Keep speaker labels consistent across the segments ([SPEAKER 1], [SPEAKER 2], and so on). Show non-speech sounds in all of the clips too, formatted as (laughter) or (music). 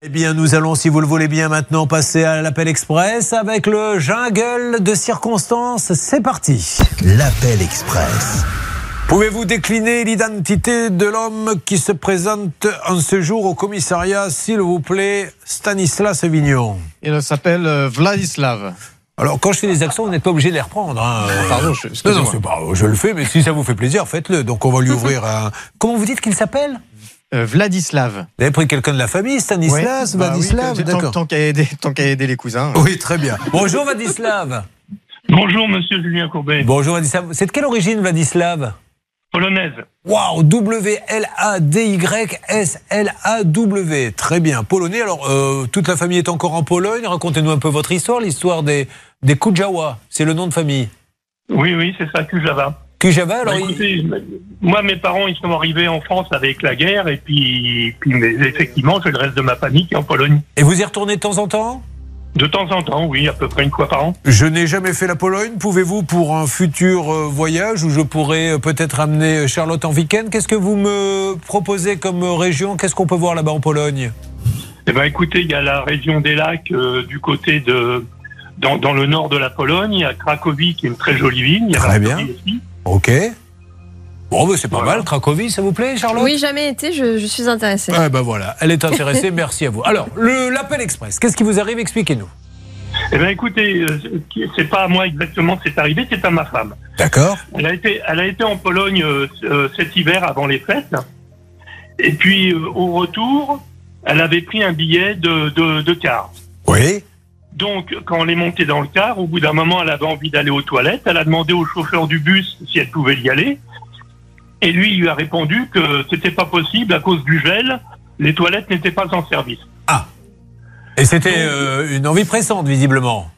[SPEAKER 1] Eh bien, nous allons, si vous le voulez bien, maintenant passer à l'appel express avec le jungle de circonstances. C'est parti.
[SPEAKER 2] L'appel express.
[SPEAKER 1] Pouvez-vous décliner l'identité de l'homme qui se présente en ce jour au commissariat, s'il vous plaît, Stanislas Vignon
[SPEAKER 3] Il s'appelle euh, Vladislav.
[SPEAKER 1] Alors, quand je fais des accents, vous n'êtes pas obligé de les reprendre. hein.
[SPEAKER 3] Pardon, je,
[SPEAKER 1] Non, non,
[SPEAKER 3] excusez-moi.
[SPEAKER 1] c'est pas, je le fais, mais si ça vous fait plaisir, faites-le. Donc, on va lui ouvrir un. (laughs) Comment vous dites qu'il s'appelle
[SPEAKER 3] Euh, Vladislav.
[SPEAKER 1] Vous avez pris quelqu'un de la famille, Stanislas,
[SPEAKER 3] Ouais. Bah oui,
[SPEAKER 1] Vladislav
[SPEAKER 3] tant-
[SPEAKER 1] D'accord.
[SPEAKER 3] Tant qu'à aider, tant qu'à aider les cousins.
[SPEAKER 1] Oui, très bien. Bonjour, Vladislav.
[SPEAKER 4] Bonjour, monsieur Julien Courbet.
[SPEAKER 1] Bonjour, Vladislav. C'est de quelle origine, Vladislav
[SPEAKER 4] Polonaise.
[SPEAKER 1] Waouh, W-L-A-D-Y-S-L-A-W. Très bien. Polonais, alors, euh, toute la famille est encore en Pologne. Racontez-nous un peu votre histoire, l'histoire des, des Kujawa. C'est le nom de famille.
[SPEAKER 4] Oui, oui, c'est ça, Kujava.
[SPEAKER 1] Kujawa, alors.
[SPEAKER 4] Bah,
[SPEAKER 1] il-
[SPEAKER 4] écoutez, moi, mes parents, ils sont arrivés en France avec la guerre, et puis, puis mais effectivement, j'ai le reste de ma famille qui est en Pologne.
[SPEAKER 1] Et vous y retournez de temps en temps
[SPEAKER 4] De temps en temps, oui, à peu près une fois par an.
[SPEAKER 1] Je n'ai jamais fait la Pologne. Pouvez-vous, pour un futur euh, voyage où je pourrais euh, peut-être amener Charlotte en week-end, qu'est-ce que vous me proposez comme euh, région Qu'est-ce qu'on peut voir là-bas en Pologne
[SPEAKER 4] Eh ben, écoutez, il y a la région des lacs euh, du côté de. Dans, dans le nord de la Pologne, il y a Cracovie, qui est une très jolie ville. Il y a
[SPEAKER 1] Très
[SPEAKER 4] Varsovie
[SPEAKER 1] bien.
[SPEAKER 4] aussi.
[SPEAKER 1] Ok. Bon, ben, c'est pas
[SPEAKER 4] Voilà.
[SPEAKER 1] mal. Cracovie, ça vous plaît, Charlotte
[SPEAKER 5] Oui, jamais été, je, je suis intéressée.
[SPEAKER 1] Eh ben voilà, elle est intéressée, merci à vous. Alors, le- l'appel express, qu'est-ce qui vous arrive Expliquez-nous.
[SPEAKER 4] Eh ben, écoutez, euh, c'est pas à moi exactement, c'est arrivé, c'est à ma femme.
[SPEAKER 1] D'accord.
[SPEAKER 4] Elle a été, elle a été en Pologne euh, euh, cet hiver avant les fêtes. Et puis euh, au retour, elle avait pris un billet de, de, de car.
[SPEAKER 1] Oui.
[SPEAKER 4] Donc quand elle est montée dans le car, au bout d'un moment, elle avait envie d'aller aux toilettes. Elle a demandé au chauffeur du bus si elle pouvait y aller. Et lui, il lui a répondu que c'était pas possible à cause du gel. Les toilettes n'étaient pas en service.
[SPEAKER 1] Et c'était euh, une envie pressante, visiblement.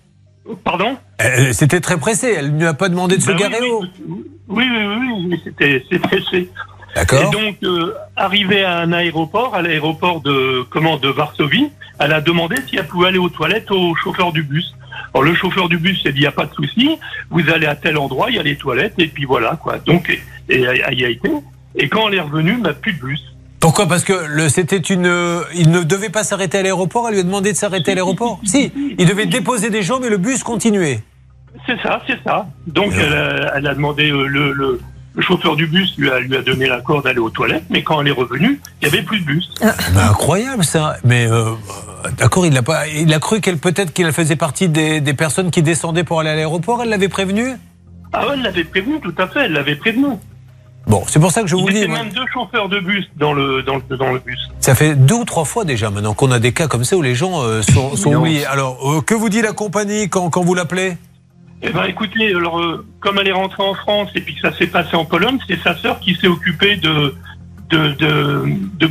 [SPEAKER 4] Pardon
[SPEAKER 1] Elle- C'était très pressée, elle ne lui a pas demandé de se
[SPEAKER 4] Ben oui,
[SPEAKER 1] garer au.
[SPEAKER 4] oui, oui, oui, oui, oui, c'était, c'était, c'est- Et
[SPEAKER 1] D'accord.
[SPEAKER 4] donc, euh, arrivée à un aéroport, à l'aéroport de comment de Varsovie, elle a demandé si elle pouvait aller aux toilettes au chauffeur du bus. Alors, le chauffeur du bus s'est dit, il n'y a pas de souci, vous allez à tel endroit, il y a les toilettes, et puis voilà, quoi. Donc, et, et elle y a été. Et quand elle est revenue, bah, plus de bus.
[SPEAKER 1] Pourquoi Parce que le- c'était une. euh, Il ne devait pas s'arrêter à l'aéroport, elle lui a demandé de s'arrêter à l'aéroport. Si, il devait déposer des gens, mais le bus continuait.
[SPEAKER 4] C'est ça, c'est ça. Donc,
[SPEAKER 1] Mais
[SPEAKER 4] elle a, elle a demandé, euh, le, le- le chauffeur du bus lui a, lui a donné l'accord d'aller aux toilettes, mais quand elle est revenue, il n'y avait plus de bus.
[SPEAKER 1] Ben, incroyable ça. Mais euh, euh, d'accord, il a pas. Il a cru qu'elle peut-être qu'elle faisait partie des, des personnes qui descendaient pour aller à l'aéroport. Elle l'avait prévenu.
[SPEAKER 4] Ah, ouais, elle l'avait prévenu, tout à fait, elle l'avait prévenu.
[SPEAKER 1] Bon, c'est pour ça que je vous
[SPEAKER 4] Il y
[SPEAKER 1] dis.
[SPEAKER 4] avait
[SPEAKER 1] moi,
[SPEAKER 4] même deux chauffeurs de bus dans le, dans le, dans le bus.
[SPEAKER 1] Ça fait deux ou trois fois déjà maintenant qu'on a des cas comme ça où les gens euh, sont, sont
[SPEAKER 3] Non.
[SPEAKER 1] oubliés. Alors, euh, que vous dit la compagnie quand, quand vous l'appelez
[SPEAKER 4] Eh ben, écoutez, alors, euh, comme elle est rentrée en France et puis que ça s'est passé en Pologne, c'est sa sœur qui s'est occupée de, de, de,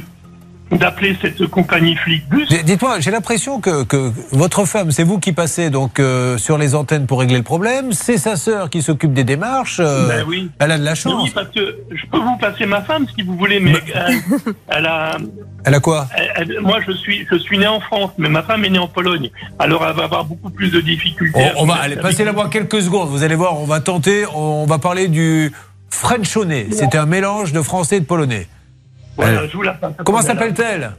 [SPEAKER 4] de- d'appeler cette compagnie Flickbus.
[SPEAKER 1] D- Dites-moi, j'ai l'impression que, que votre femme, c'est vous qui passez donc euh, sur les antennes pour régler le problème. C'est sa sœur qui s'occupe des démarches. euh,
[SPEAKER 4] Ben oui.
[SPEAKER 1] Elle a de la
[SPEAKER 4] Mais
[SPEAKER 1] chance. Bah.
[SPEAKER 4] oui, parce que je peux vous passer ma femme si vous voulez, mais elle, elle a,
[SPEAKER 1] Elle a quoi
[SPEAKER 4] elle- elle- moi je suis, je suis né en France, mais ma femme est née en Pologne. Alors elle va avoir beaucoup plus de difficultés.
[SPEAKER 1] Oh, On, on va
[SPEAKER 4] à-
[SPEAKER 1] aller passer la voir quelques secondes. Vous allez voir, on va tenter. On va parler du Frenchonnet. C'était un mélange de français et de polonais.
[SPEAKER 4] Voilà, je vous la passe.
[SPEAKER 1] Comment
[SPEAKER 4] Ah, Voilà.
[SPEAKER 1] s'appelle-t-elle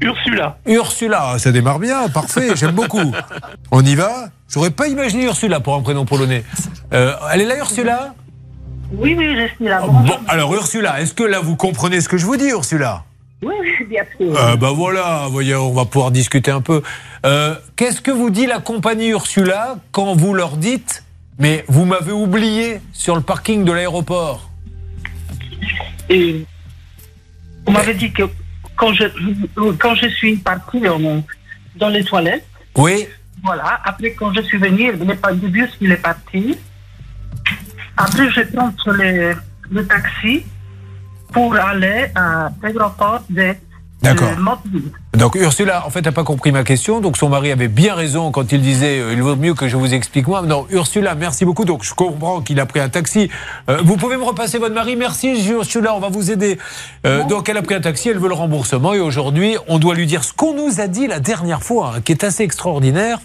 [SPEAKER 4] Ursula.
[SPEAKER 1] Ursula, ça démarre bien, parfait, j'aime beaucoup. On y va J'aurais pas imaginé Ursula pour un prénom polonais. Euh, elle est là, Ursula
[SPEAKER 6] Oui, oui, je suis là.
[SPEAKER 1] Bon, alors Ursula, est-ce que là vous comprenez ce que je vous dis, Ursula
[SPEAKER 6] Oui, oui, bien sûr.
[SPEAKER 1] euh, Ben voilà, voyez, on va pouvoir discuter un peu. Euh, Qu'est-ce que vous dit la compagnie Ursula quand vous leur dites Mais vous m'avez oublié sur le parking de l'aéroport
[SPEAKER 6] Et on m'avait dit que quand je, quand je suis partie dans, dans les toilettes,
[SPEAKER 1] Oui
[SPEAKER 6] voilà, après quand je suis venue, il n'est pas du bus, il est parti. Après, je prends sur le, le taxi pour aller à l'aéroport de,
[SPEAKER 1] D'accord.
[SPEAKER 6] de Motteville.
[SPEAKER 1] Donc Ursula, en fait, n'a pas compris ma question. Donc son mari avait bien raison quand il disait euh, il vaut mieux que je vous explique moi. Non, Ursula, merci beaucoup. Donc je comprends qu'il a pris un taxi. Euh, vous pouvez me repasser votre mari Merci Ursula, on va vous aider. Euh, donc elle a pris un taxi, elle veut le remboursement et aujourd'hui on doit lui dire ce qu'on nous a dit la dernière fois, hein, qui est assez extraordinaire.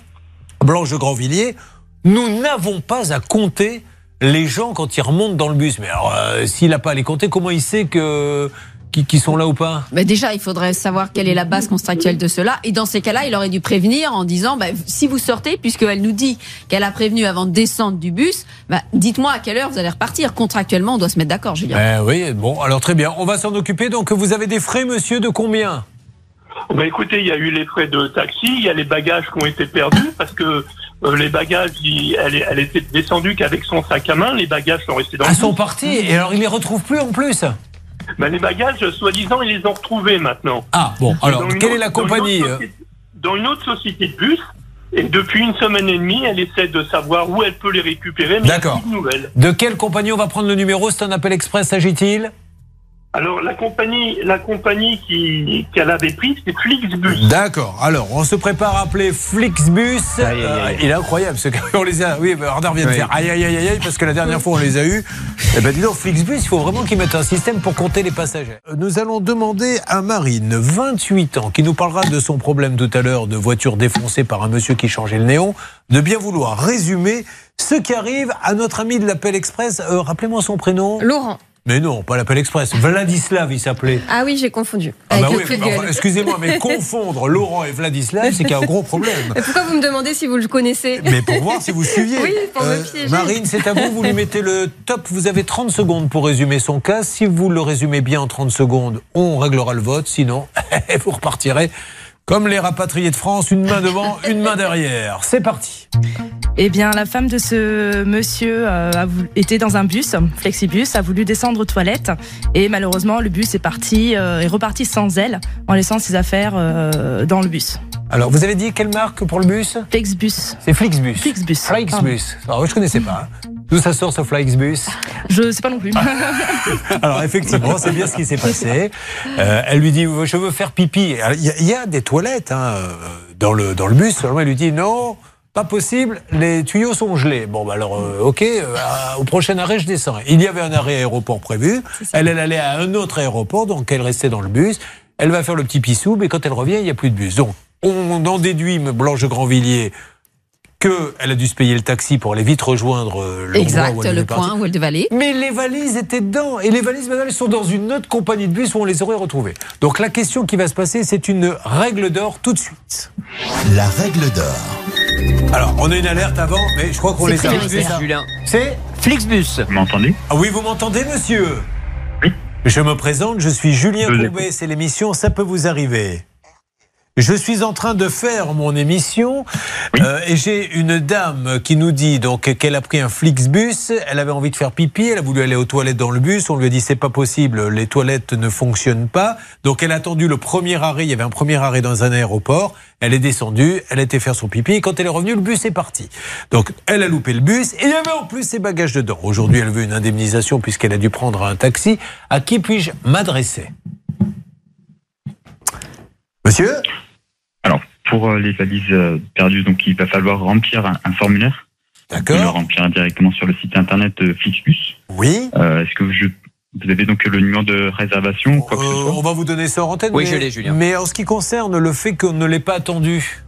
[SPEAKER 1] Blanche de Grandvilliers, nous n'avons pas à compter les gens quand ils remontent dans le bus. Mais alors, euh, s'il n'a pas à les compter, comment il sait que qui, qui sont là ou pas
[SPEAKER 7] Bah, déjà, il faudrait savoir quelle est la base contractuelle de cela. Et dans ces cas-là, il aurait dû prévenir en disant, bah, si vous sortez, puisqu'elle nous dit qu'elle a prévenu avant de descendre du bus, bah, dites-moi à quelle heure vous allez repartir. Contractuellement, on doit se mettre d'accord, Julien.
[SPEAKER 1] Ben oui, bon, alors très bien. On va s'en occuper. Donc, vous avez des frais, monsieur, de combien
[SPEAKER 4] Bah écoutez, il y a eu les frais de taxi, il y a les bagages qui ont été perdus parce que euh, les bagages, il- elle, est- elle était descendue qu'avec son sac à main, les bagages sont restés dans
[SPEAKER 1] Ah,
[SPEAKER 4] le
[SPEAKER 1] sont
[SPEAKER 4] bus.
[SPEAKER 1] partis. Et alors, ils les retrouvent plus en plus
[SPEAKER 4] Bah, les bagages, euh, soi-disant, ils les ont retrouvés maintenant.
[SPEAKER 1] Ah, bon, alors,
[SPEAKER 4] Dans une
[SPEAKER 1] quelle est
[SPEAKER 4] autre-
[SPEAKER 1] la
[SPEAKER 4] dans une autre
[SPEAKER 1] compagnie euh,
[SPEAKER 4] société- Dans une autre société de bus. Et depuis une semaine et demie, elle essaie de savoir où elle peut les récupérer, mais il y a
[SPEAKER 1] D'accord.
[SPEAKER 4] plus de nouvelles.
[SPEAKER 1] De quelle compagnie on va prendre le numéro C'est un appel express, s'agit-il
[SPEAKER 4] Alors la compagnie, la compagnie qui qu'elle avait prise, c'est Flixbus.
[SPEAKER 1] D'accord. Alors, on se prépare à appeler Flixbus.
[SPEAKER 3] Aïe, aïe, aïe.
[SPEAKER 1] Euh, il est incroyable ce gars. (laughs) On les a. Oui, ben, Arnaud vient de
[SPEAKER 3] Oui.
[SPEAKER 1] faire aïe aïe aïe aïe aïe, parce que la dernière fois on les a eus. Eh ben dis donc, Flixbus, il faut vraiment qu'ils mettent un système pour compter les passagers. Euh, Nous allons demander à Marine, 28 ans, qui nous parlera de son problème tout à l'heure de voiture défoncée par un monsieur qui changeait le néon, de bien vouloir résumer ce qui arrive à notre ami de l'appel express. Euh, Rappelez-moi son prénom.
[SPEAKER 5] Laurent.
[SPEAKER 1] Mais non, pas l'appel express. Vladislav, il s'appelait.
[SPEAKER 5] Ah oui, j'ai confondu.
[SPEAKER 1] Ah bah
[SPEAKER 7] Avec le
[SPEAKER 1] oui,
[SPEAKER 7] coup de
[SPEAKER 1] mais enfin,
[SPEAKER 7] gueule.
[SPEAKER 1] excusez-moi,
[SPEAKER 5] (laughs)
[SPEAKER 1] mais confondre Laurent et Vladislav, c'est qu'il y a un gros problème.
[SPEAKER 5] Mais pourquoi vous me demandez si vous le connaissez
[SPEAKER 1] Mais pour voir si vous suiviez. Euh,
[SPEAKER 5] Oui, pour me piéger.
[SPEAKER 1] Marine, c'est à vous, vous lui mettez le top. Vous avez 30 secondes pour résumer son cas. Si vous le résumez bien en 30 secondes, on réglera le vote. Sinon, (laughs) vous repartirez comme les rapatriés de France, une main devant, une main derrière. C'est parti.
[SPEAKER 8] Eh bien, la femme de ce monsieur euh, a voulu- était dans un bus, Flexibus, a voulu descendre aux toilettes et malheureusement le bus est parti, euh, est reparti sans elle, en laissant ses affaires euh, dans le bus.
[SPEAKER 1] Alors, vous avez dit quelle marque pour le bus
[SPEAKER 8] Flexbus.
[SPEAKER 1] C'est Flixbus.
[SPEAKER 8] Flixbus.
[SPEAKER 1] Flixbus. Alors, je connaissais pas. hein. D'où ça sort ce Flixbus
[SPEAKER 8] Pardon. Je sais pas non plus.
[SPEAKER 1] Alors effectivement, c'est bien ce qui s'est passé. Euh, elle lui dit, je veux faire pipi. Alors, Il y, a- il y a des toilettes hein, euh, dans, le, dans le bus. Alors, elle lui dit, non, pas possible, les tuyaux sont gelés. Bon, bah, alors, euh, ok, euh, à- au prochain arrêt, je descends. Il y avait un arrêt aéroport prévu. Elle, elle allait à un autre aéroport, donc elle restait dans le bus. Elle va faire le petit pissou, mais quand elle revient, il n'y a plus de bus. Donc, on en déduit, Blanche Grandvilliers, qu'elle a dû se payer le taxi pour aller vite rejoindre euh, l'endroit où
[SPEAKER 7] Exact,
[SPEAKER 1] elle
[SPEAKER 7] le
[SPEAKER 1] devait partir.
[SPEAKER 7] point où elle devait aller.
[SPEAKER 1] Mais les valises étaient dedans. Et les valises, maintenant, elles sont dans une autre compagnie de bus où on les aurait retrouvées. Donc la question qui va se passer, c'est une règle d'or tout de suite.
[SPEAKER 2] La règle d'or.
[SPEAKER 1] Alors, on a une alerte avant, mais je crois qu'on
[SPEAKER 7] C'est
[SPEAKER 1] les a.
[SPEAKER 7] prioritaire.
[SPEAKER 1] C'est
[SPEAKER 9] Flixbus. Vous m'entendez
[SPEAKER 1] Ah oui, vous m'entendez, monsieur
[SPEAKER 9] Oui.
[SPEAKER 1] Je me présente, je suis Julien
[SPEAKER 9] Je vous
[SPEAKER 1] Courbet, c'est l'émission Ça peut vous arriver. Je suis en train de faire mon émission euh, et j'ai une dame qui nous dit donc qu'elle a pris un Flixbus, elle avait envie de faire pipi, elle a voulu aller aux toilettes dans le bus, on lui a dit c'est pas possible, les toilettes ne fonctionnent pas. Donc elle a attendu le premier arrêt, il y avait un premier arrêt dans un aéroport, elle est descendue, elle a été faire son pipi et quand elle est revenue, le bus est parti. Donc elle a loupé le bus et il y avait en plus ses bagages dedans. Aujourd'hui, elle veut une indemnisation puisqu'elle a dû prendre un taxi. À qui puis-je m'adresser Monsieur
[SPEAKER 9] Alors, pour euh, les valises euh, perdues, donc il va falloir remplir un, un formulaire. Il le
[SPEAKER 1] D'accord.
[SPEAKER 9] remplir directement sur le site internet de Flixbus.
[SPEAKER 1] Oui.
[SPEAKER 9] Euh, Est-ce que je, vous avez donc le numéro de réservation ou quoi que ce
[SPEAKER 1] Euh,
[SPEAKER 9] soit
[SPEAKER 1] on va vous donner ça en antenne.
[SPEAKER 10] Oui,
[SPEAKER 1] mais,
[SPEAKER 10] je l'ai, Julien.
[SPEAKER 1] Mais en ce qui concerne le fait qu'on ne l'ait pas attendu.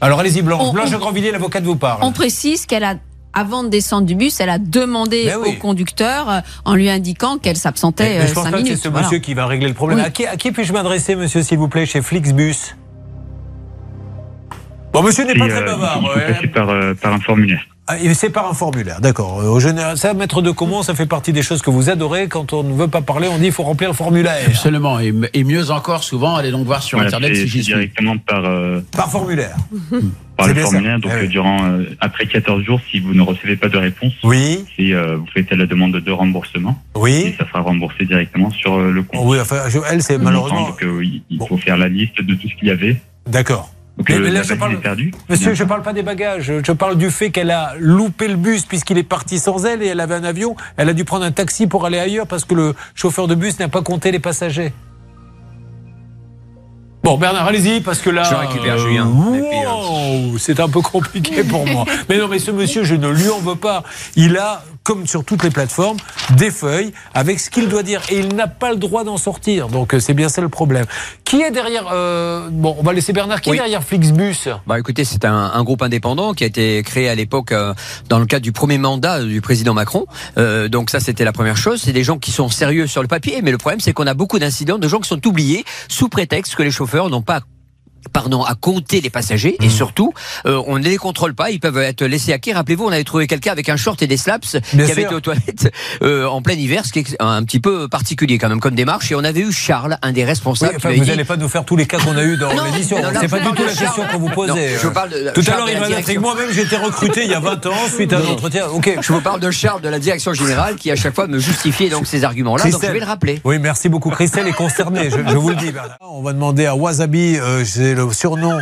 [SPEAKER 1] Alors allez-y, Blanche.
[SPEAKER 7] On-
[SPEAKER 1] Blanche
[SPEAKER 7] on-
[SPEAKER 1] Grandvilliers, l'avocate vous parle.
[SPEAKER 7] On précise qu'elle a, avant de descendre du bus, elle a demandé
[SPEAKER 1] Ben oui.
[SPEAKER 7] au conducteur euh, en lui indiquant qu'elle s'absentait
[SPEAKER 1] Mais je
[SPEAKER 7] 5
[SPEAKER 1] pense pas que
[SPEAKER 7] euh, minutes.
[SPEAKER 1] c'est ce
[SPEAKER 7] voilà.
[SPEAKER 1] monsieur qui va régler le problème.
[SPEAKER 7] Oui.
[SPEAKER 1] À qui, à qui puis-je m'adresser, monsieur, s'il vous plaît, chez Flixbus Bon, monsieur n'est
[SPEAKER 9] Et,
[SPEAKER 1] pas très
[SPEAKER 9] euh,
[SPEAKER 1] bavard.
[SPEAKER 9] il faut
[SPEAKER 1] ouais.
[SPEAKER 9] passer par, euh, par un formulaire.
[SPEAKER 1] Ah, il- C'est par un formulaire, d'accord. Euh, Au général, ça, maître de comment, ça fait partie des choses que vous adorez. Quand on ne veut pas parler, on dit il faut remplir le formulaire.
[SPEAKER 10] Absolument. Et, et mieux encore, souvent, allez donc voir sur
[SPEAKER 9] Voilà,
[SPEAKER 10] Internet
[SPEAKER 9] c'est
[SPEAKER 10] si
[SPEAKER 9] c'est
[SPEAKER 10] j'y suis.
[SPEAKER 9] directement par, euh,
[SPEAKER 1] Par formulaire. C'est
[SPEAKER 9] par le
[SPEAKER 1] bien ça.
[SPEAKER 9] formulaire. Donc,
[SPEAKER 1] Ah
[SPEAKER 9] euh,
[SPEAKER 1] oui.
[SPEAKER 9] durant, euh, après 14 jours, si vous ne recevez pas de réponse,
[SPEAKER 1] Oui,
[SPEAKER 9] c'est, euh, vous faites la demande de remboursement et
[SPEAKER 1] oui. Oh,
[SPEAKER 9] ça sera remboursé directement sur euh, le compte.
[SPEAKER 1] Oui, enfin, je- elle, c'est malheureusement.
[SPEAKER 9] Donc, euh, oui, il faut faire la liste de tout ce qu'il y avait.
[SPEAKER 1] D'accord.
[SPEAKER 9] Donc,
[SPEAKER 1] Mais-
[SPEAKER 9] euh,
[SPEAKER 1] mais là,
[SPEAKER 9] la
[SPEAKER 1] je
[SPEAKER 9] valise
[SPEAKER 1] parle-
[SPEAKER 9] est perdue.
[SPEAKER 1] Monsieur, je ne parle pas des bagages, je parle du fait qu'elle a loupé le bus puisqu'il est parti sans elle et elle avait un avion. Elle a dû prendre un taxi pour aller ailleurs parce que le chauffeur de bus n'a pas compté les passagers. Bon, Bernard, allez-y, parce que là.
[SPEAKER 10] Je récupère Julien. Et puis, euh, (laughs)
[SPEAKER 1] wow, c'est un peu compliqué pour moi. Mais non, mais ce monsieur, je ne lui en veux pas. Il a comme sur toutes les plateformes, des feuilles avec ce qu'il doit dire. Et il n'a pas le droit d'en sortir. Donc euh, c'est bien ça le problème. Qui est derrière. euh, bon, on va laisser Bernard. Qui
[SPEAKER 11] Oui.
[SPEAKER 1] est derrière Flixbus
[SPEAKER 11] Bah écoutez, c'est un, un groupe indépendant qui a été créé à l'époque euh, dans le cadre du premier mandat du président Macron. Euh, donc ça, c'était la première chose. C'est des gens qui sont sérieux sur le papier, mais le problème, c'est qu'on a beaucoup d'incidents de gens qui sont oubliés sous prétexte que les chauffeurs n'ont pas pardon, à compter les passagers
[SPEAKER 1] Mmh.
[SPEAKER 11] et surtout euh, on ne les contrôle pas, ils peuvent être laissés à qui Rappelez-vous, on avait trouvé quelqu'un avec un short et des slaps
[SPEAKER 1] Bien
[SPEAKER 11] qui avait
[SPEAKER 1] sûr.
[SPEAKER 11] été aux toilettes (laughs) euh, en plein hiver, ce qui est un petit peu particulier quand même comme démarche et on avait eu Charles, un des
[SPEAKER 1] Oui,
[SPEAKER 11] responsables
[SPEAKER 1] enfin,
[SPEAKER 11] qui
[SPEAKER 1] vous
[SPEAKER 11] avait dit-
[SPEAKER 1] n'allez pas nous faire tous les cas qu'on a eu dans
[SPEAKER 11] Non,
[SPEAKER 1] l'émission.
[SPEAKER 11] non, non,
[SPEAKER 1] C'est
[SPEAKER 11] je
[SPEAKER 1] pas du
[SPEAKER 11] parle
[SPEAKER 1] tout
[SPEAKER 11] de
[SPEAKER 1] la question
[SPEAKER 11] Charles.
[SPEAKER 1] qu'on vous posez.
[SPEAKER 11] Non, je parle de-
[SPEAKER 1] Tout à
[SPEAKER 11] Charles
[SPEAKER 1] l'heure,
[SPEAKER 11] et
[SPEAKER 1] il
[SPEAKER 11] la
[SPEAKER 1] m'a intrigué.
[SPEAKER 11] direction.
[SPEAKER 1] Moi-même, j'ai été recruté il y a 20 ans suite à un
[SPEAKER 11] Non.
[SPEAKER 1] entretien. Ok.
[SPEAKER 11] Je vous parle de Charles de la direction générale qui à chaque fois me justifiait donc ces arguments-là. Donc je
[SPEAKER 1] Christelle.
[SPEAKER 11] vais le rappeler.
[SPEAKER 1] Oui, merci beaucoup. Christelle est concernée, je, je vous le dis. Bernard. On va demander à Wasabi, euh, c'est le surnom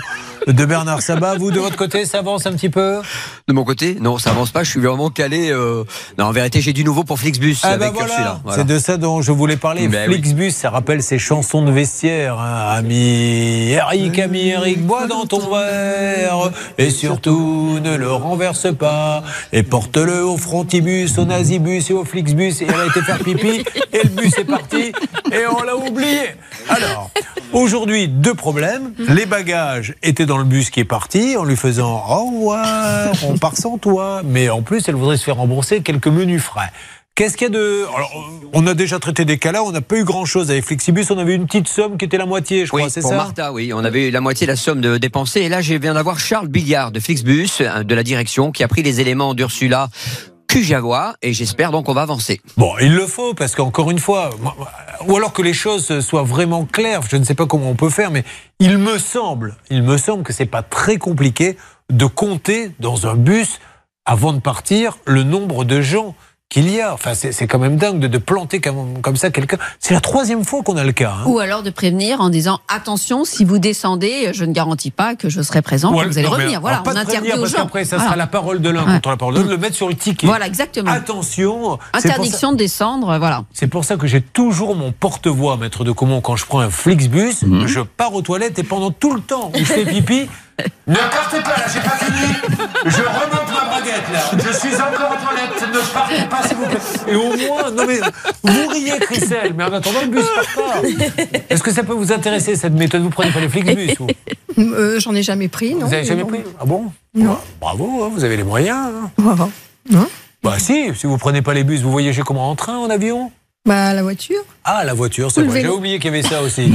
[SPEAKER 1] de Bernard Sabat. Vous, de votre côté, ça avance un petit peu
[SPEAKER 11] De mon côté, non, ça avance pas. Je suis vraiment calé. euh, Non, en vérité, j'ai du nouveau pour Flixbus
[SPEAKER 1] Ah
[SPEAKER 11] avec
[SPEAKER 1] bah voilà,
[SPEAKER 11] Ursula. hein, Voilà.
[SPEAKER 1] c'est de ça dont je voulais parler.
[SPEAKER 11] Ben oui.
[SPEAKER 1] Flixbus, ça rappelle ces chansons de vestiaire. hein. Ami Eric, ami Eric, bois dans ton verre et surtout ne le renverse pas et porte-le au frontibus, au nazibus et au Flixbus. Et elle a été faire pipi et le bus est parti et on l'a oublié. Alors, aujourd'hui, deux problèmes.
[SPEAKER 11] Mhm.
[SPEAKER 1] Les bagages étaient dans le bus qui est parti en lui faisant au
[SPEAKER 11] (laughs)
[SPEAKER 1] revoir, on part sans toi. Mais en plus, elle voudrait se faire rembourser quelques menus frais. Qu'est-ce qu'il y a de. Alors, on a déjà traité des cas là, on n'a pas eu grand-chose. Avec Flexibus, on avait une petite somme qui était la moitié, je
[SPEAKER 11] Oui,
[SPEAKER 1] crois, c'est
[SPEAKER 11] pour
[SPEAKER 1] ça
[SPEAKER 11] Martha, oui, on avait eu la moitié de la somme de dépensée. Et là, je viens d'avoir Charles Billard de Flixbus, euh, de la direction, qui a pris les éléments d'Ursula Cujavois, et j'espère donc qu'on va avancer.
[SPEAKER 1] Bon, il le faut, parce qu'encore une fois, moi- moi- ou alors que les choses soient vraiment claires, je ne sais pas comment on peut faire, mais il me semble, il me semble que c'est pas très compliqué de compter dans un bus, avant de partir, le nombre de gens qu'il y a. Enfin, c'est c'est quand même dingue de, de planter comme, comme ça quelqu'un. C'est la troisième fois qu'on a le cas. hein.
[SPEAKER 7] Ou alors de prévenir en disant attention, si vous descendez, je ne garantis pas que je serai présent
[SPEAKER 1] Ouais,
[SPEAKER 7] quand vous allez
[SPEAKER 1] non, mais
[SPEAKER 7] revenir.
[SPEAKER 1] alors,
[SPEAKER 7] Voilà,
[SPEAKER 1] pas
[SPEAKER 7] on
[SPEAKER 1] de prévenir,
[SPEAKER 7] interdit aux
[SPEAKER 1] parce
[SPEAKER 7] gens.
[SPEAKER 1] qu'après, ça
[SPEAKER 7] Voilà.
[SPEAKER 1] sera la parole de l'un
[SPEAKER 7] Ouais.
[SPEAKER 1] contre la parole de l'autre, de le mettre sur le ticket.
[SPEAKER 7] Voilà, exactement.
[SPEAKER 1] Attention, c'est pour ça-
[SPEAKER 7] Interdiction de descendre, voilà.
[SPEAKER 1] C'est pour ça que j'ai toujours mon porte-voix, maître de Comont, quand je prends un Flixbus, je pars aux toilettes et pendant tout le temps où je fais pipi, ne partez pas là, j'ai pas fini, je remonte ma baguette là, je suis encore aux toilettes, ne partez pas s'il vous plaît. Et au moins, non mais, vous riez Christelle, mais en attendant le bus part pas. Est-ce que ça peut vous intéresser cette méthode Vous prenez pas les Flixbus vous
[SPEAKER 5] Euh, J'en ai jamais pris, non
[SPEAKER 1] Vous avez jamais
[SPEAKER 5] Non.
[SPEAKER 1] pris Ah bon
[SPEAKER 5] Non.
[SPEAKER 1] Bravo, hein, vous avez les moyens. hein.
[SPEAKER 5] Voilà. Non.
[SPEAKER 1] Bah si, si vous prenez pas les bus, vous voyagez comment En train, en avion
[SPEAKER 5] Bah, la voiture.
[SPEAKER 1] Ah, la voiture, c'est
[SPEAKER 5] Ou le
[SPEAKER 1] vrai. J'ai
[SPEAKER 5] vélo.
[SPEAKER 1] oublié qu'il y avait ça aussi.